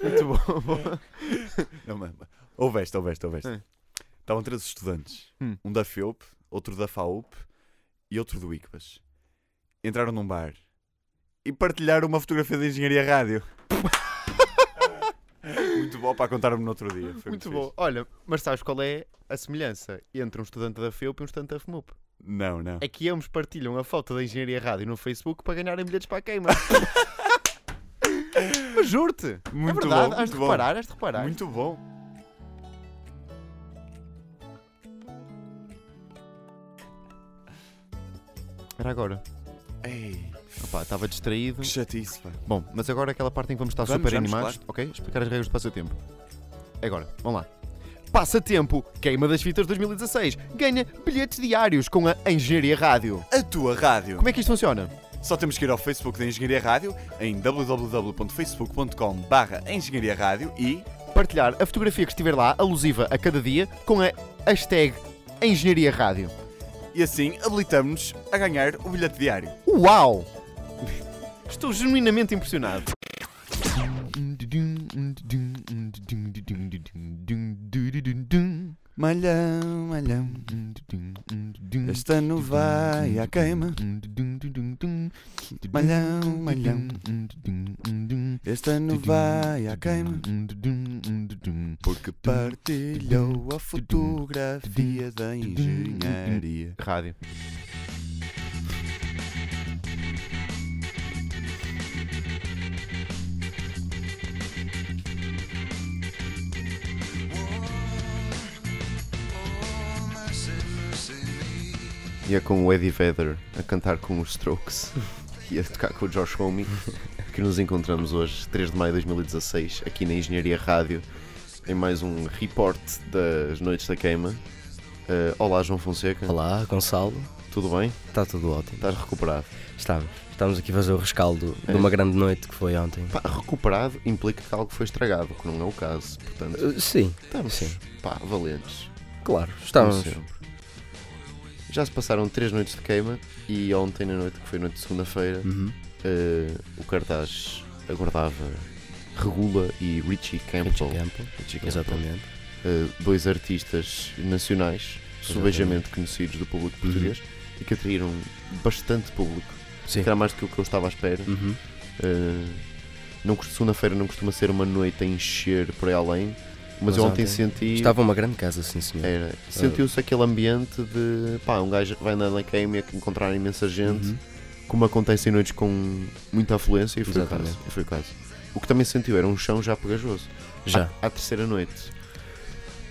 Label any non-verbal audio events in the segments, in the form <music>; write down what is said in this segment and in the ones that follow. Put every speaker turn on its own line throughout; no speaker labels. Muito
<laughs>
bom.
É,
bom. Não, mas, houve esta, houve esta, houve esta.
Hum.
Estavam três estudantes.
Hum.
Um da FEUP, outro da FAUP e outro do ICBAS. Entraram num bar e partilharam uma fotografia da Engenharia
<laughs>
Rádio. Muito bom para contar-me no outro dia. Foi
Muito
muito
bom. Olha, mas sabes qual é a semelhança entre um estudante da FEUP e um estudante da FMUP?
fixe. Não, não.
É que ambos partilham a foto da Engenharia Rádio no Facebook para ganharem bilhetes para a <laughs> queima. mas juro-te!
Muito
é verdade, Has
bom,
de
muito bom.
reparar, has de reparar.
Muito bom.
Era agora.
Ei,
Opa, estava distraído.
que chatice, pá.
Bom, mas agora aquela parte em que vamos estar
Vamos,
super
vamos,
animados, ok? Explicar as regras do passatempo. Agora, vamos lá. Passatempo, queima das fitas 2016, ganha bilhetes diários com a Engenharia Rádio.
A tua rádio.
Como é que isto funciona?
Só temos que ir ao Facebook da Engenharia Rádio em www.facebook.com barra Engenharia Rádio e...
Partilhar a fotografia que estiver lá, alusiva a cada dia, com a hashtag Engenharia Rádio.
E assim habilitamos-nos a ganhar o bilhete diário.
Uau! Estou genuinamente impressionado.
Malhão, malhão, esta nuvaia a queima. Malhão, malhão, esta nuvaia a queima. Porque partilhou a fotografia da engenharia.
Rádio. E é com o Eddie Vedder a cantar com os Strokes <laughs> e a tocar com o Josh Homme que nos encontramos hoje, 3 de maio de 2016, aqui na Engenharia Rádio, em mais um report das Noites da Queima. Eh, olá, João Fonseca.
Olá, Gonçalo.
Tudo bem?
Está tudo ótimo.
Estás recuperado?
Estamos. Estamos aqui a fazer o rescaldo de uma grande noite que foi ontem.
Pá, recuperado implica que algo foi estragado, que não é o caso. Portanto,
Uh, Sim,
estamos
sim.
pá, valentes.
claro.
como
Estamos.
sempre. Já se passaram três noites de queima e ontem na noite, que foi noite de segunda-feira,
Uhum.
eh, o cartaz aguardava Regula e Richie
Richie
Campbell.
Campbell,
Richie Campbell.
Exatamente.
Eh, dois artistas nacionais, subejamente conhecidos do público português e que atraíram bastante público.
Uhum. Sim.
Que era mais do que o que eu estava à espera.
Uhum.
Uh, não cost- segunda-feira não costuma ser uma noite a encher por aí além, mas,
Mas
eu ontem,
ontem
senti.
Estava uma grande casa, sim senhor.
era- Sentiu-se aquele ambiente de pá, um gajo vai andar na queima e encontrar imensa gente,
Uhum.
como acontece em noites com muita afluência, e foi, o caso,
Exatamente.
e foi o caso. O que também sentiu era um chão já pegajoso.
Já.
À, à terceira
<laughs>
noite.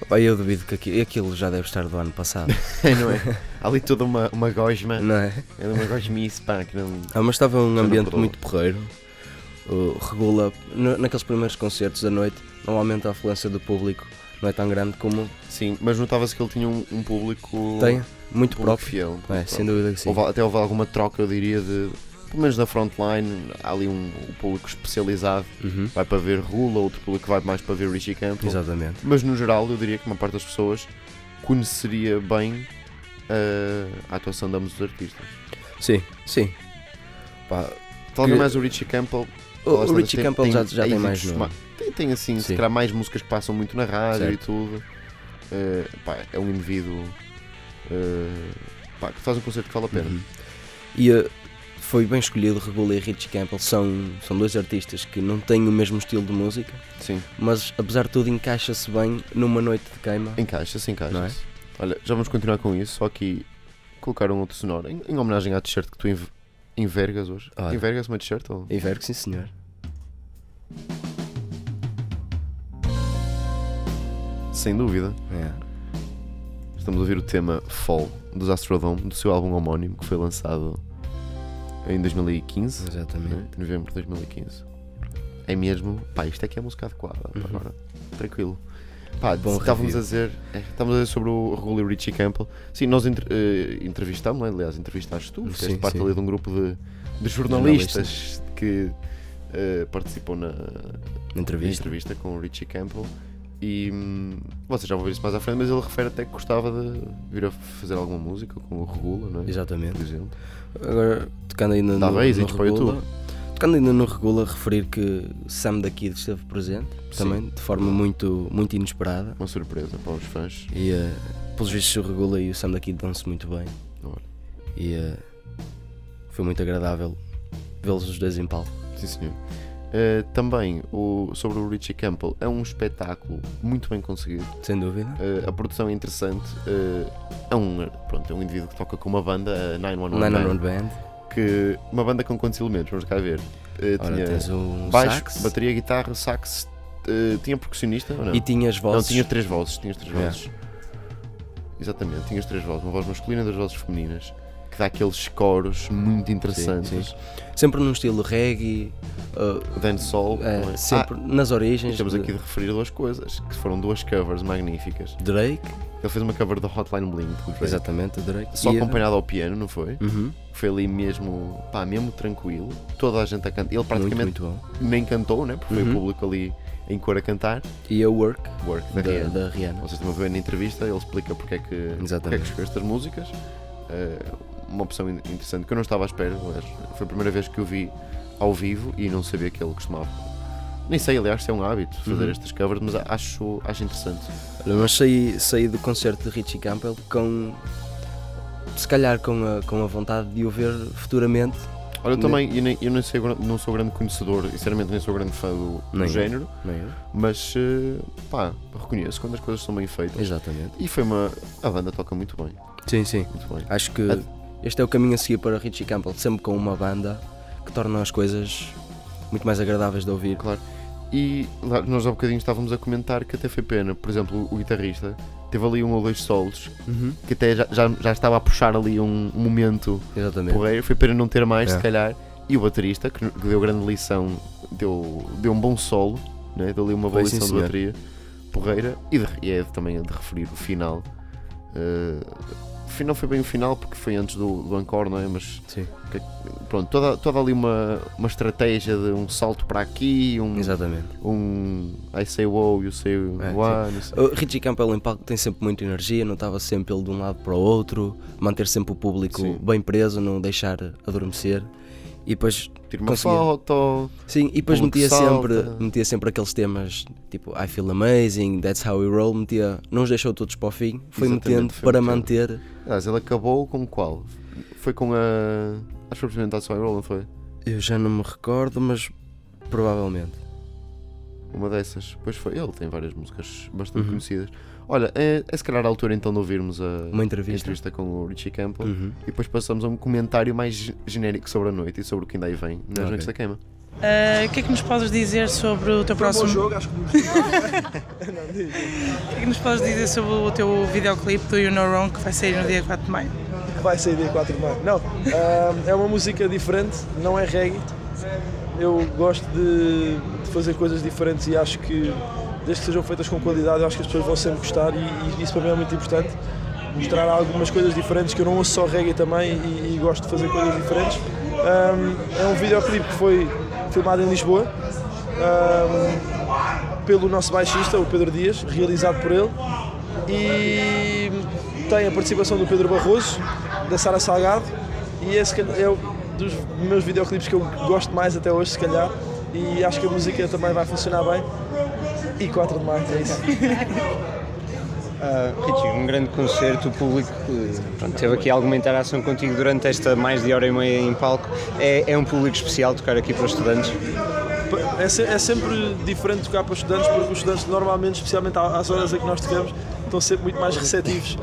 Pá, Eu duvido que aquilo, aquilo já deve estar do ano passado.
não é? Há <laughs> ali toda uma, uma gosma,
não é?
é uma gosmice, pá, que não.
Ah, mas estava um
Já não
ambiente
perdoa.
muito porreiro. O regula, no- naqueles primeiros concertos da noite, normalmente a afluência do público não é tão grande como
Sim, mas notava-se que ele tinha um, um público.
tem, muito
público
próprio.
fiel. um público
É,
próprio.
sem dúvida que sim.
Houve- até houve alguma troca, eu diria, de. Pelo menos na frontline, há ali um, um público especializado
Uhum.
vai para ver Rula, outro público vai mais para ver Richie Campbell.
Exatamente.
Mas no geral, eu diria que uma parte das pessoas conheceria bem ah, a atuação de ambos os artistas.
Sim, sim. Pá,
Talvez
Que-
mais o Richie Campbell.
O,
lá
o
está,
Richie Campbell já, já tem
êxitos
mais nome.
ma- Tem, tem, assim, se
Sim.
calhar mais músicas que passam muito na rádio e
Certo.
tudo. Ah, pá, é um indivíduo ah, pá, que faz um concerto que vale a pena.
Uhum. E eh, foi bem escolhido, Regula e Richie Campbell são, são dois artistas que não têm o mesmo estilo de música,
Sim.
mas apesar de tudo encaixa-se bem numa noite de queima.
Encaixa-se,
Não é?
encaixa-se. Olha, já vamos continuar com isso, só que colocar um outro sonoro em, em homenagem à t-shirt que tu env- envergas hoje.
Olha.
Envergas uma t-shirt? Ou...
E ver que sim senhor.
Sem dúvida.
É,
Estamos a ouvir o tema Fall dos Astrodome, do seu álbum homónimo que foi lançado em 2015, né?
Exatamente.
Em novembro de 2015. É mesmo, pá, isto é que é música adequada pá,
Uhum.
agora. Tranquilo. Pá,
Bom
estávamos
review.
a dizer, é, estávamos a dizer sobre o Regulo e Richie Campbell. Sim, nós entre, eh, entrevistámos, né? aliás, entrevistaste tu, fizeste
Sim,
parte
sim.
ali de um grupo de, de jornalistas que eh, participou na,
Na
na
entrevista.
entrevista com o Richie Campbell. E
E hum, vocês já vão ver isso mais à frente, mas ele refere até que gostava de vir a fazer alguma música com o Regula, não é?
Exatamente.
Por exemplo.
Agora, tocando ainda
Dá
no,
bem,
no
gente, para o
Regula, tocando ainda no Regula, referir que Sam da Kid esteve presente também, de forma muito, muito inesperada.
Uma surpresa para os fãs.
E eh, pelos vistos, o Regula e o Sam da Kid dão-se muito bem.
Ora.
E eh, foi muito agradável vê-los os dois em palco.
Sim, senhor. Eh, também o- sobre o Richie Campbell, é um espetáculo muito bem conseguido.
Sem dúvida.
Eh, a produção é interessante. eh, é, um, pronto, é um indivíduo que toca com uma banda, eh, a 911
Nine
Band,
Round Band.
que uma banda com quantos elementos? Vamos cá ver. Eh,
Ora,
tinha
tens um
baixo,
sax
bateria, guitarra, sax. eh, tinha percussionista ou não?
e tinhas
Não,
vozes.
tinha três vozes, tinhas três
É.
vozes. Exatamente, tinhas três vozes, uma voz masculina e duas vozes femininas, que dá aqueles coros muito interessantes.
sim. Sempre num estilo reggae, eh,
Dancehall,
eh,
não é?
sempre nas
Ah, e
origens.
estamos
de
aqui de referir duas coisas, que foram duas covers magníficas.
Drake.
Ele fez uma cover da Hotline Bling, do Drake,
Exatamente, Drake.
só
E-
acompanhado ao piano, não foi?
Uhum.
Foi ali mesmo, pá, mesmo tranquilo, toda a gente a cantar. Ele
Muito,
praticamente
muito bom.
nem cantou, né? Porque foi
Uhum.
o público ali em cor a cantar.
E a Work
Work
da,
da Rihanna.
da Rihanna.
Vocês também vêem na entrevista, ele explica porque é que, porque é
Exatamente.
que escolheu estas músicas. Eh, uma opção in- interessante que eu não estava à espera, aliás, foi a primeira vez que eu vi ao vivo e não sabia que ele costumava. Nem sei, aliás, se é um hábito fazer
Uhum.
estas covers, mas acho, acho interessante.
Olha, Mas saí, saí do concerto de Richie Campbell com. Se calhar com a, com a vontade de o ver futuramente.
Olha, eu
Ne-
também, eu, nem, eu nem sei, gra- não sou grande conhecedor, e, sinceramente, nem sou grande fã do, do
Nem eu.
género,
Não
mas eh, pá, reconheço quando as coisas são bem feitas.
Exatamente.
E foi uma. A banda toca muito bem,
Sim, sim.
muito bem.
Acho que este é o caminho a seguir para Richie Campbell, sempre com uma banda que torna as coisas muito mais agradáveis de ouvir.
Claro. E lá, nós há bocadinho estávamos a comentar que até foi pena, por exemplo, o guitarrista teve ali um ou dois solos
Uhum.
que até já, já, já estava a puxar ali um momento
Exatamente.
porreiro, foi pena não ter mais,
Né? É.
se calhar. E o baterista, que que deu grande lição, deu, deu um bom solo, né? deu ali uma boa
Foi, sim,
lição de
senhor.
bateria porreira. E, de- e é também de referir o final. Eh, o final foi bem o final porque foi antes do, do encore, não é? Mas
Sim.
pronto, toda, toda ali uma, uma estratégia de um salto para aqui, um,
Exatamente.
um I say wow, you say
É,
why, não sei.
O Richie Campbell em palco tem sempre muita energia, não estava sempre ele de um lado para o outro, manter sempre o público
Sim.
bem preso, não deixar adormecer. E depois,
Tira uma
Conseguia.
foto.
sim, e depois
Público
metia sempre,
salta.
metia sempre aqueles temas tipo I Feel Amazing, That's How We Roll, metia, não os deixou todos para o fim, foi
Exatamente,
metendo
foi
para
metendo.
manter.
Aliás, ele acabou com qual? Foi com a. Acho que foi apresentado só Roll, não foi?
Eu já não me recordo, mas provavelmente.
Uma dessas. Pois foi. Ele tem várias músicas bastante
Uhum.
conhecidas. Olha, é, é se calhar a altura então de ouvirmos a
Uma
a
entrevista.
entrevista com o Richie Campbell
Uhum.
e depois passamos a um comentário mais ge- genérico sobre a noite e sobre o que ainda aí vem nas
Ok.
noites da queima.
Uh, o que é que nos podes dizer sobre o teu próximo um jogo? Acho <laughs> que o que é que nos podes dizer sobre o teu videoclipe do You Know Wrong que vai sair no dia 4 de maio?
que vai sair dia 4 de maio. Não, ahm, é uma música diferente, não é reggae. Eu gosto de, de fazer coisas diferentes e acho que, desde que sejam feitas com qualidade, eu acho que as pessoas vão sempre gostar e, e isso para mim é muito importante. Mostrar algumas coisas diferentes, que eu não ouço só reggae também e, e gosto de fazer coisas diferentes. Ahm, é um videoclipe que foi filmado em Lisboa. Ah, ahm, pelo nosso baixista, o Pedro Dias, realizado por ele, e tem a participação do Pedro Barroso, da Sara Salgado e esse é um dos meus videoclipes que eu gosto mais até hoje, se calhar, e acho que a música também vai funcionar bem. E 4 de maio, é isso.
Ah, Richie, um grande concerto, o público eh, pronto, teve aqui alguma interação contigo durante esta mais de hora e meia em palco. É, é um público especial tocar aqui para os estudantes.
é, se- é sempre diferente tocar para os estudantes, porque os estudantes normalmente, especialmente à- às horas em que nós tocamos, estão sempre muito mais receptivos,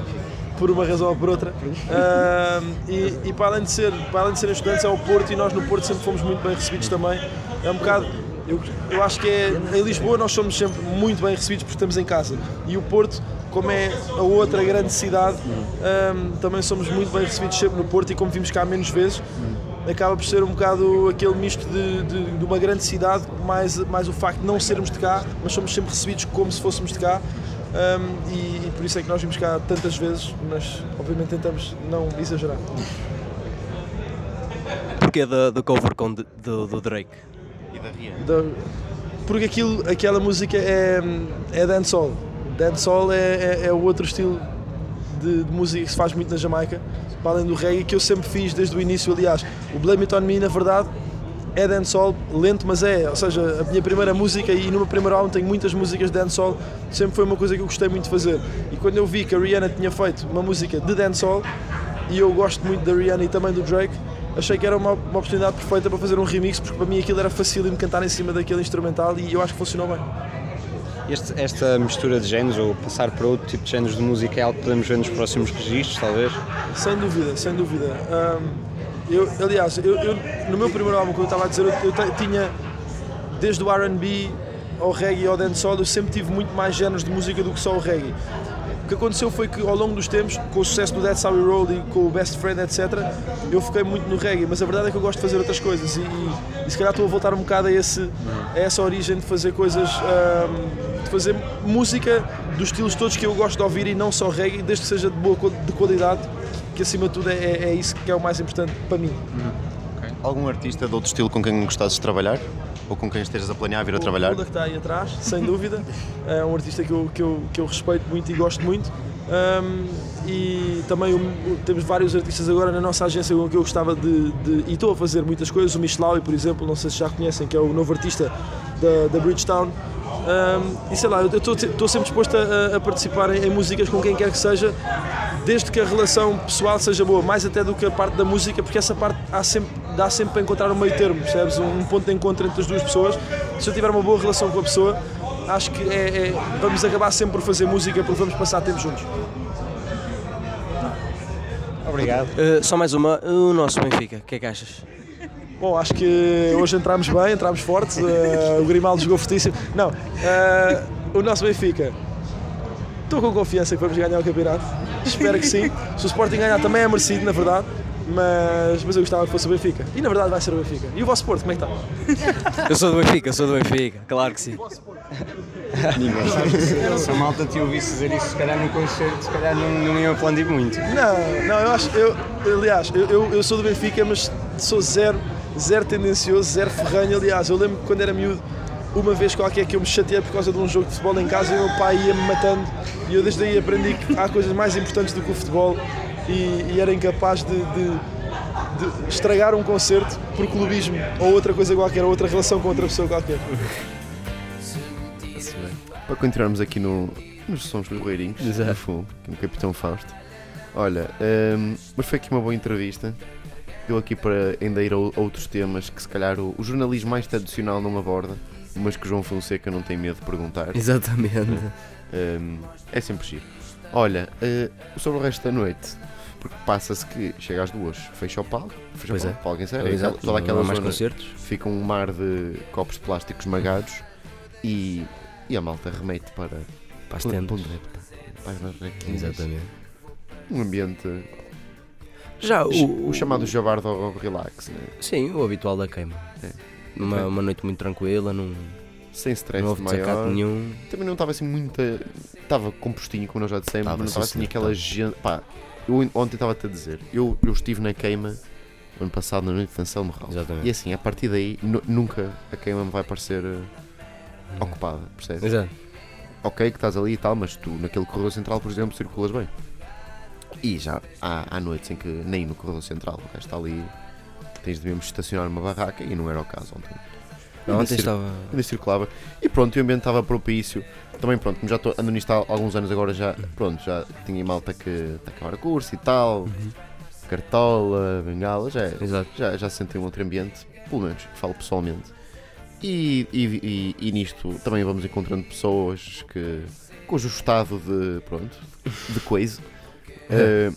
por uma razão ou por outra. Ahm, e e para, além de ser, para além de serem estudantes, é o Porto, e nós no Porto sempre fomos muito bem recebidos também. É um bocado. Eu, eu acho que é. Em Lisboa nós somos sempre muito bem recebidos porque estamos em casa. E o Porto, como é a outra grande cidade, ahm, também somos muito bem recebidos sempre no Porto e como vimos cá menos vezes, acaba por ser um bocado aquele misto de, de- de uma grande cidade, mais, mais o facto de não sermos de cá, mas somos sempre recebidos como se fôssemos de cá. Hum, e, e por isso é que nós vimos cá tantas vezes, mas obviamente tentamos não exagerar.
Porquê da, da cover com, de- do, do Drake?
Da- porque aquilo, aquela música é, é dancehall. Dancehall é, é, é o outro estilo de, de música que se faz muito na Jamaica, para além do reggae, que eu sempre fiz desde o início, aliás. O Blame It On Me, na verdade, é dancehall, lento, mas é. Ou seja, a minha primeira música, e no meu primeiro álbum tenho muitas músicas de dancehall, sempre foi uma coisa que eu gostei muito de fazer. E quando eu vi que a Rihanna tinha feito uma música de dancehall, e eu gosto muito da Rihanna e também do Drake, achei que era uma, uma oportunidade perfeita para fazer um remix, porque para mim aquilo era fácil de me cantar em cima daquele instrumental e eu acho que funcionou bem.
Este- esta mistura de géneros, ou passar para outro tipo de géneros de música, é algo que podemos ver nos próximos registros, talvez?
Sem dúvida, sem dúvida. Ahm, eu, aliás, eu, eu- no meu primeiro álbum, como eu estava a dizer, eu, eu te- tinha desde o RB ao reggae ao dancehall, eu sempre tive muito mais géneros de música do que só o reggae. O que aconteceu foi que ao longo dos tempos, com o sucesso do That's How We Roll e com o Best Friend, etc., eu fiquei muito no reggae, mas a verdade é que eu gosto de fazer outras coisas e, e- e se calhar estou a voltar um bocado a, esse, a essa origem de fazer coisas, ahm, de fazer música dos estilos todos que eu gosto de ouvir e não só reggae, desde que seja de boa qual- de qualidade, que acima de tudo é, é- é isso que é o mais importante para mim.
Algum artista de outro estilo com quem gostasses de trabalhar? Ou com quem estejas a planear vir a
O
trabalhar?
Buda que está aí atrás, sem dúvida. É um artista que eu, que eu, que eu respeito muito e gosto muito. Um, e também o- o- temos vários artistas agora na nossa agência com que eu gostava de, de- E estou a fazer muitas coisas. O Michelau, por exemplo, não sei se já conhecem, que é o novo artista da, da Bridgetown. Um, e sei lá, eu estou se- estou sempre disposto a, a participar em, em músicas com quem quer que seja, desde que a relação pessoal seja boa, mais até do que a parte da música, porque essa parte há sempre, dá sempre para encontrar um meio termo, percebes? Um, um ponto de encontro entre as duas pessoas. Se eu tiver uma boa relação com a pessoa, acho que é- é- vamos acabar sempre por fazer música, porque vamos passar tempo juntos.
Obrigado.
Eh, só mais uma, o nosso Benfica, o que é que achas?
Bom, acho que hoje entramos bem, entramos forte. eh, o Grimaldo jogou fortíssimo. Não, eh, o nosso Benfica. Estou com confiança que vamos ganhar o campeonato. Espero que sim. Se o Sporting ganhar também é merecido, na verdade. Mas, mas eu gostava que fosse o Benfica. E na verdade vai ser o Benfica. E o vosso Porto, como é que está?
Eu sou do Benfica, eu sou do Benfica, claro que sim.
Se a malta te ouvisse dizer isso, se calhar num concerto, se calhar não, não iam aplaudir muito.
Não, não, eu acho. Eu, aliás, eu, eu, eu sou do Benfica, mas sou zero, zero tendencioso, zero ferranho. Aliás, eu lembro que quando era miúdo, uma vez qualquer que eu me chateei por causa de um jogo de futebol em casa e o meu pai ia-me matando. E eu desde aí aprendi que há coisas mais importantes do que o futebol e, e era incapaz de- de, de estragar um concerto por clubismo ou outra coisa qualquer, ou outra relação com outra pessoa qualquer.
Para continuarmos aqui no, nos sons porreirinhos, no fundo, aqui no Capitão Fausto. Olha, hum, mas foi aqui uma boa entrevista. Deu aqui para ainda ir a ou- outros temas que se calhar o, o jornalismo mais tradicional não aborda, mas que o João Fonseca não tem medo de perguntar.
Exatamente.
Hum, é sempre giro. Olha, uh, sobre o resto da noite, porque passa-se que chega às duas, fecha o palco, fecha
Pois
o
é.
palco para alguém sério,
Exato,
toda
não
aquela
há mais
zona
concertos.
fica um mar de copos de plástico esmagados e, e a malta remete para
Para as tendas.
Ponto de reparo. Pais nas requinhas.
Exatamente.
Um ambiente.
Já
O,
o,
chamado jabardo ao relax, né?
Sim, o habitual da queima. Uma, uma noite muito tranquila, não,
sem stress
não houve
É. maior.
desacato nenhum.
Também não estava assim muita. Estava compostinho, como nós já dissemos,
Tava,
mas não
sim,
estava assim aquela
senhor, tava.
gente. Pá, eu ontem estava-te a dizer, eu, eu estive na queima ano passado, na noite de Anselmo Ralph.
Exatamente.
E assim, a partir daí, nu- nunca a queima me vai parecer eh, ocupada, percebes?
Exato.
ok que estás ali e tal, mas tu naquele corredor central, por exemplo, circulas bem. E já há, há noites em que nem no corredor central, o gajo está ali, tens de mesmo estacionar numa barraca e não era o caso ontem.
Não,
Ainda
ontem
cir-
estava.
Ainda É. circulava. E pronto, e o ambiente estava propício. Também pronto, como já estou andando nisto há alguns anos agora, já, pronto, já tinha malta que está a acabar o curso e tal, cartola, bengala, já é,
Exato.
já, já se sentem um outro ambiente, pelo menos falo pessoalmente. E, e- e- e nisto também vamos encontrando pessoas que, cujo estado de, pronto, de coisa eh,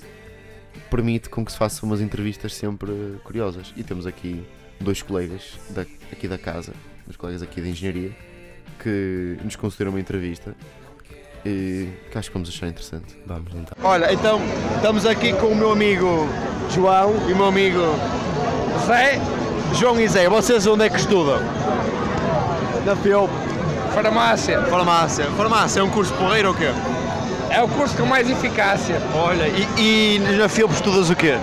permite com que se façam umas entrevistas sempre curiosas. E temos aqui dois colegas da, aqui da casa, dois colegas aqui de engenharia, que nos concederam uma entrevista e que acho que vamos achar interessante.
Vamos então.
Olha, então estamos aqui com o meu amigo João e o meu amigo Zé. João e Zé, vocês onde é que estudam?
Na FIOP,
Farmácia. Farmácia. Farmácia é um curso porreiro ou quê?
É o curso com mais eficácia.
Olha, e, e na FIOP estudas o quê?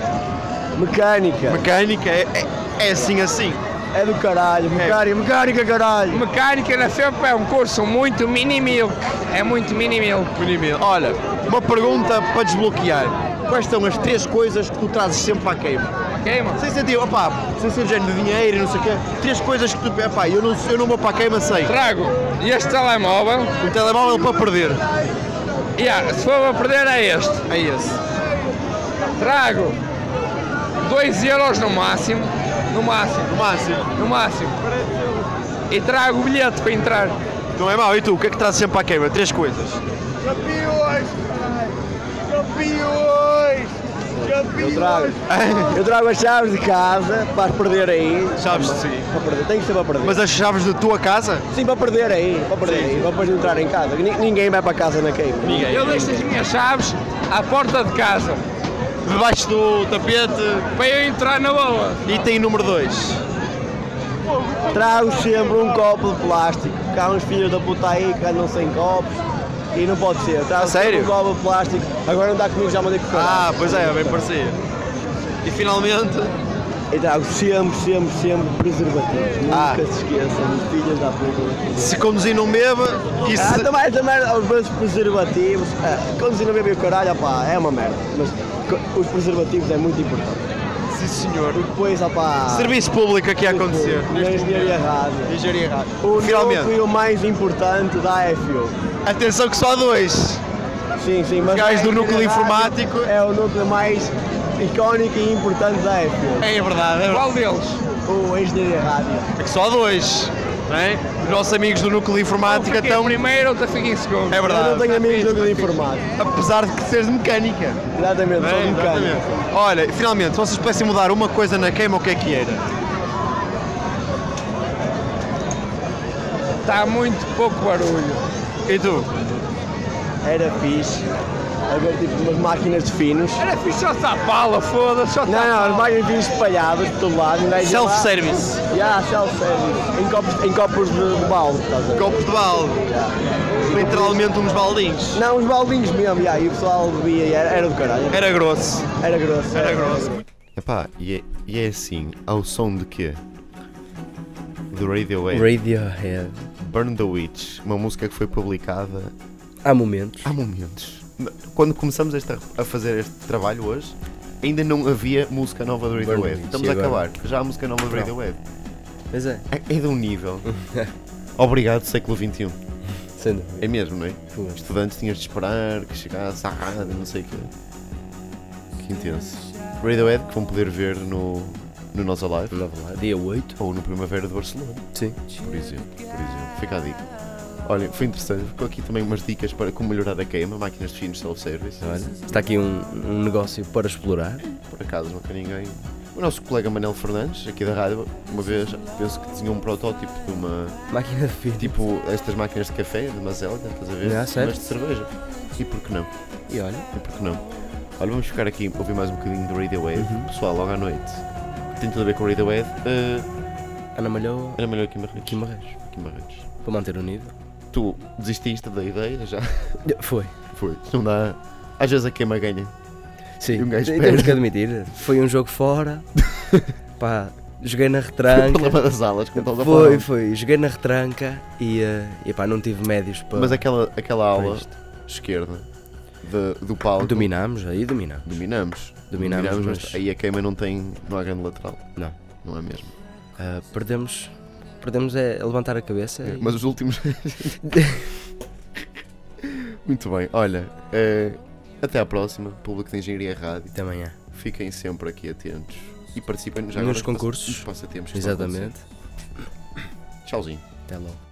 mecânica.
Mecânica? É, é- é assim É. assim? é do caralho. Mecânica, mecânica, caralho.
Mecânica na FEP é um curso muito mini milk. É muito mini milk.
Bonimil. Olha, uma pergunta para desbloquear. Quais são as três coisas que tu trazes sempre para a queima?
Ok, mano?
Sem sentido, opá, sem ser género de dinheiro e não sei o quê. Três coisas que tu. Opá, eu não, eu não vou para a queima sem.
Trago este telemóvel.
Um telemóvel para perder.
E ah, se for a perder é este.
É esse.
Trago 2 euros no máximo. No máximo.
No máximo.
No máximo. E trago o bilhete para entrar.
Não é mau. E tu, o que é que trazes sempre para a queima? Três coisas.
Eu trago,
Ah,
eu trago as chaves de casa para perder aí.
Chaves, sim.
Para perder, tem que ser para perder.
Mas as chaves da tua casa?
Sim, para perder aí, para perder aí, para depois entrar em casa. Ni- Ninguém vai para casa na queima.
Eu deixo as minhas chaves à porta de casa.
Debaixo do tapete.
Para eu entrar na boa.
E tem número dois.
Trago sempre um copo de plástico, porque há uns filhos da puta aí que andam sem copos e não pode ser. Trago sempre
tá, sério?
um copo de plástico, agora não está comigo, já mandei com
Ah, pois é, bem parecia. E finalmente.
E trago sempre, sempre, sempre preservativos.
Ah.
Nunca se esqueçam, os filhos da puta.
Se conduzir não beba e
Ah,
se...
também, também, os meus preservativos. É, conduzir não bebe o caralho, opá, é uma merda. Mas co- os preservativos é muito importante.
Sim, senhor.
Depois, opá.
Serviço público aqui a acontecer.
Na engenharia rádio.
Engenharia rádio.
O
Finalmente.
núcleo mais importante da AFU.
Atenção que só há dois.
Sim, sim, mas.
Gajos
a
do
engenharia
núcleo
rádio
informático.
É o núcleo mais icónico e importante da AFU.
É verdade, é verdade.
Qual deles?
O engenharia rádio.
É que só há dois. não é? Os nossos amigos do núcleo informático
Fiquei em
estão.
primeiro, outra fica em segundo.
É
Eu não
verdade.
tenho amigos do núcleo informático.
Apesar de que seres de mecânica.
Exatamente, sou
É,
um bocado.
exatamente. Olha, e finalmente, se vocês pudessem mudar uma coisa na queima, o que é que era?
Está muito pouco barulho.
E tu?
Era fixe. Haver tipo umas máquinas de finos.
Era fixe só está a pala, foda-se, só
Não,
está a
não,
pala.
as máquinas de finos espalhadas por todo lado. um gajo ia lá-
Self-service.
Yeah, self-service. Em copos, em copos de, de balde, estás a ver?
Copos de balde. Literalmente uns baldinhos.
Não, uns baldinhos mesmo, yeah, e o pessoal bebia e era, era do caralho.
Era grosso.
Era grosso. é.
Era grosso.
Epá, e é, e é assim, ao som de quê? Do Radiohead,
Radiohead.
Burn the Witch, uma música que foi publicada
Há momentos.
há momentos. N- Ah, Quando começamos esta- a fazer este trabalho hoje, ainda não havia música nova do
the
Radiohead.
Witch,
Estamos
e
a
agora?
acabar, já há música nova do Radiohead.
Mas é,
É, é de um
<laughs>
nível. Obrigado, século XXI.
sem dúvida.
É mesmo, não é?
Foi.
Estudantes tinhas de esperar que chegasse à rádio, não sei o quê. Que intenso. Radiohead que vão poder ver no, no nosso live.
Nova lá, dia 8.
Ou no Primavera de Barcelona,
Sim.
por exemplo. Por exemplo. Fica a dica. Olha, foi interessante. Ficou aqui também umas dicas para como melhorar a queima, máquinas de finos self-service.
Olha, está aqui um, um negócio para explorar.
Por acaso não tem ninguém. O nosso colega Manel Fernandes, aqui da rádio, uma vez penso que tinha um protótipo de uma.
Máquina de fio.
Tipo estas máquinas de café, de Mazelga, estás a ver?
Já,
Mas
certo.
de cerveja. E por que não?
E olha,
E por que não? Olha, vamos ficar aqui a ouvir mais um bocadinho do Radiohead, pessoal, logo à noite. Tem tudo a ver com o Radiohead. Uh,
Ana Malhou,
era melhor aqui Marreiros.
aqui Marreiros.
Aqui Marreiros.
Para manter o nível.
Tu desististe da ideia já?
Foi.
<laughs> Foi. Não dá. Às vezes a queima ganha.
Sim.
E um gajo
Temos
perde.
que admitir. Foi um jogo
<laughs>
fora. Pá, joguei na
Foi o
retranca.
problema das alas, como estás a
Foi,
falar.
foi. Joguei na retranca e, eh, e pá, não tive médios para.
Mas aquela, aquela
para
ala
isto.
esquerda de- do palco.
Dominámos, aí dominámos.
Dominamos.
Dominámos, mas-
aí a queima não tem. Não há grande lateral.
Não.
Não é mesmo.
Ah, perdemos. Perdemos é a levantar a cabeça. e-
Mas os últimos. <laughs> Muito bem, olha. eh, até à próxima, Público de Engenharia Rádio.
Até amanhã.
Fiquem sempre aqui atentos e participem já
Nos
agora nos
concursos.
Passatempos que estão a
Exatamente.
acontecer. Tchauzinho.
Até logo.